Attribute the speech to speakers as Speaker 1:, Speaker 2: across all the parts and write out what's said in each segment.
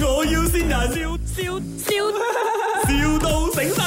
Speaker 1: 要先人，笑笑笑，,笑到醒神。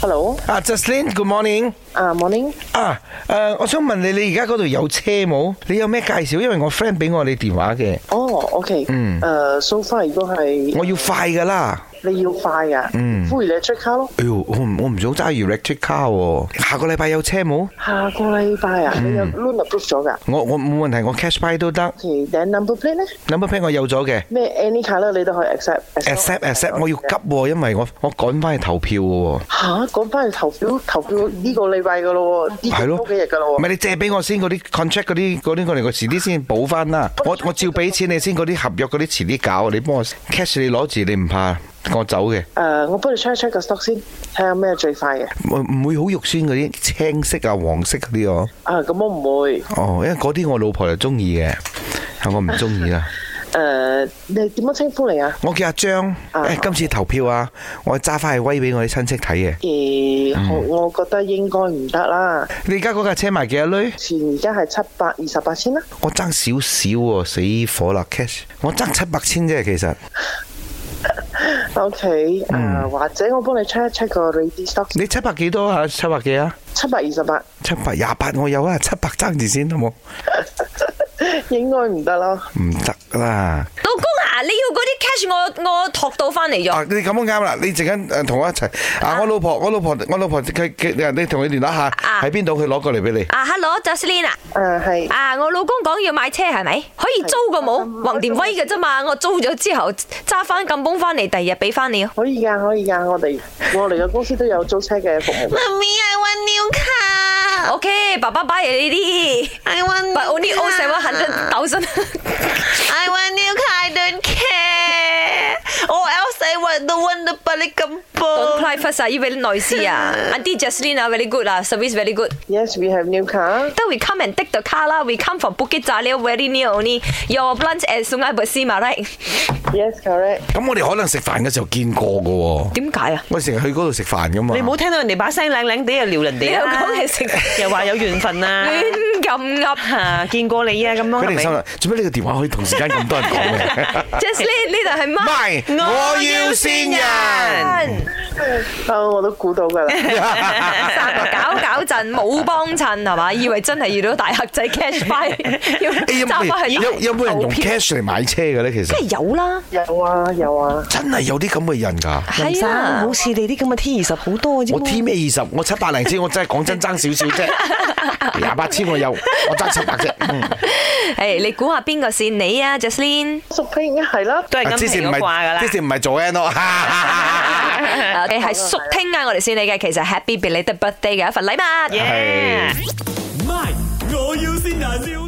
Speaker 2: Hello，
Speaker 3: 啊，Justin，Good morning。
Speaker 2: 啊、m o r n i n g
Speaker 3: 啊，誒、我想問你，你而家嗰度有車冇？你有咩介紹？因為我 friend 俾我你電話嘅，
Speaker 2: 哦、o k
Speaker 3: 嗯
Speaker 2: 誒、s o far 如果係
Speaker 3: 我要快噶啦。
Speaker 2: 你要快啊，
Speaker 3: 嗯
Speaker 2: 不如你出卡咯。
Speaker 3: 哎呦，我唔我唔想揸 electric car 喎、下個禮拜有車冇？
Speaker 2: 下個禮拜
Speaker 3: 嗯
Speaker 2: 啊，你有 loan approve 咗㗎
Speaker 3: 我我冇問題，我 cash buy 都得。
Speaker 2: ？OK，你 number plate 咧，
Speaker 3: number p a 我有咗嘅。
Speaker 2: 咩 any color 你都可以哦 accept。
Speaker 3: accept accept，我要急喎、因為我我趕翻去投票嘅喎、
Speaker 2: 嚇，講翻去投票，投票呢個禮拜㗎咯喎，呢
Speaker 3: 係咯
Speaker 2: 多幾日㗎
Speaker 3: 唔
Speaker 2: 咯
Speaker 3: 係
Speaker 2: 喎。
Speaker 3: 你借俾我先嗰啲 contract 嗰啲嗰啲我哋個遲啲先補翻啦。我我照俾錢你先，嗰啲合約嗰啲遲啲搞，你幫我 cash 你攞住，你唔怕我走嘅。
Speaker 2: 誒、呃我幫你 check 一 check 個 stock 先，睇下咩最快嘅。
Speaker 3: 唔唔會好肉酸嗰啲青色啊、黃色嗰啲哦。
Speaker 2: 啊，咁我唔會。
Speaker 3: 哦，因為嗰啲我老婆就中意嘅，啊我唔中意啦。
Speaker 2: 誒、呃你點樣稱呼你啊？
Speaker 3: 我叫阿張，
Speaker 2: 啊
Speaker 3: 誒今次投票啊，我揸翻去威俾我啲親戚睇嘅。
Speaker 2: 誒、我我覺得應該唔得啦。
Speaker 3: 你而家嗰架車賣幾多鐳？
Speaker 2: 前而家係七百二十八千啦。
Speaker 3: 我爭少少喎，死火啦 cash！我爭七百千啫，其實
Speaker 2: O K，誒呃或者我幫你 check 一 check 個 ready stock，
Speaker 3: 你七百幾多啊？七百幾啊？
Speaker 2: 七百二十八
Speaker 3: 七百廿八我有啊，七百爭住先好冇？
Speaker 2: 應該唔得咯。
Speaker 3: 唔得啦！
Speaker 4: 老公啊，你要嗰啲 cash 我我托到翻嚟咗。
Speaker 3: 啊，你咁樣啱啦，你陣間呃誒同我一齊啊！我老婆，我老婆，我老婆，佢佢你同佢聯絡下
Speaker 4: 啊
Speaker 3: 喺邊度，佢攞過嚟俾你。
Speaker 4: 啊，Hello，Jocelyn 啊，
Speaker 2: 誒呃係，
Speaker 4: 啊，我老公講要買車係咪？可以租嘅冇，橫掂威嘅啫嘛，我租咗之後揸翻咁崩翻嚟，第二日俾翻你。哦
Speaker 2: 可以㗎，可以㗎，我哋我哋嘅公司都有租車嘅服務㗎。
Speaker 5: Mummy, I want new car.
Speaker 4: OK，爸爸 buy 你呢
Speaker 5: I want
Speaker 4: 啲，but
Speaker 5: new
Speaker 4: only all
Speaker 5: car.
Speaker 4: seven hundred thousand。
Speaker 5: I want new car. I don't care. Or else I want the one the balik
Speaker 4: Don't
Speaker 5: kampung.
Speaker 4: cry first 啊，要俾耐事啊。Auntie Jocelyn 啊，very good 啊，service very good。
Speaker 2: Yes, we have new car.
Speaker 4: Then we come and take the car 啦，we come from Bukit Jalil very near only your lunch at Sungai Bersih，嘛 right？
Speaker 2: Yes, correct.
Speaker 3: 咁我哋可能食飯嘅時候見過嘅喎。
Speaker 4: 點解啊？
Speaker 3: 我成日去嗰度食飯噶嘛。
Speaker 6: 你唔好聽到人哋把聲靚靚地又撩人哋啦，
Speaker 4: 你又講嘢食
Speaker 6: 又話有緣分 啊，
Speaker 4: 亂咁噏。
Speaker 6: 嚇見過你啊咁樣
Speaker 3: 佢
Speaker 6: 係
Speaker 3: 哋心
Speaker 6: 咪？
Speaker 3: 諗，做咩呢個電話可以同時間咁多人講 嘅？
Speaker 4: Jasmine 呢度係
Speaker 3: 唔
Speaker 4: 媽。
Speaker 3: 係，我要先人。
Speaker 2: 啊，我都估到㗎啦。
Speaker 4: 三個搞搞震，冇幫襯係嘛？以為真係遇到大客仔 cash buy，要
Speaker 3: 哎有
Speaker 4: 揸翻
Speaker 3: 冇
Speaker 4: 去
Speaker 3: 有有冇人用
Speaker 4: 投票
Speaker 3: cash 嚟買車嘅咧？其實
Speaker 4: 梗係有啦，
Speaker 2: 有啊，有啊。
Speaker 3: 真係有啲咁嘅人㗎。
Speaker 6: 林
Speaker 4: 係
Speaker 6: 生
Speaker 4: 啊
Speaker 6: 好。似你啲咁嘅 T 二十好多嘅啫
Speaker 3: 我
Speaker 6: 嘛
Speaker 3: T 咩二十，我七百零千，我真係講真爭少少 啫。廿八千我有，我爭七百啫。嗯
Speaker 4: 誒，你估下邊個線你啊，Jasmine？
Speaker 2: 淑萍一係啦，
Speaker 6: 都係咁
Speaker 3: 啊之
Speaker 6: 平
Speaker 3: 前
Speaker 6: 嗰
Speaker 3: 唔
Speaker 6: 掛㗎
Speaker 3: 係
Speaker 6: 啦
Speaker 3: 之。前唔係做 N 咯。
Speaker 4: 你係淑聽啊，我哋線你嘅，其實 Happy belated birthday 嘅一份禮物。
Speaker 6: Yeah
Speaker 3: 係
Speaker 1: My，我要先人，笑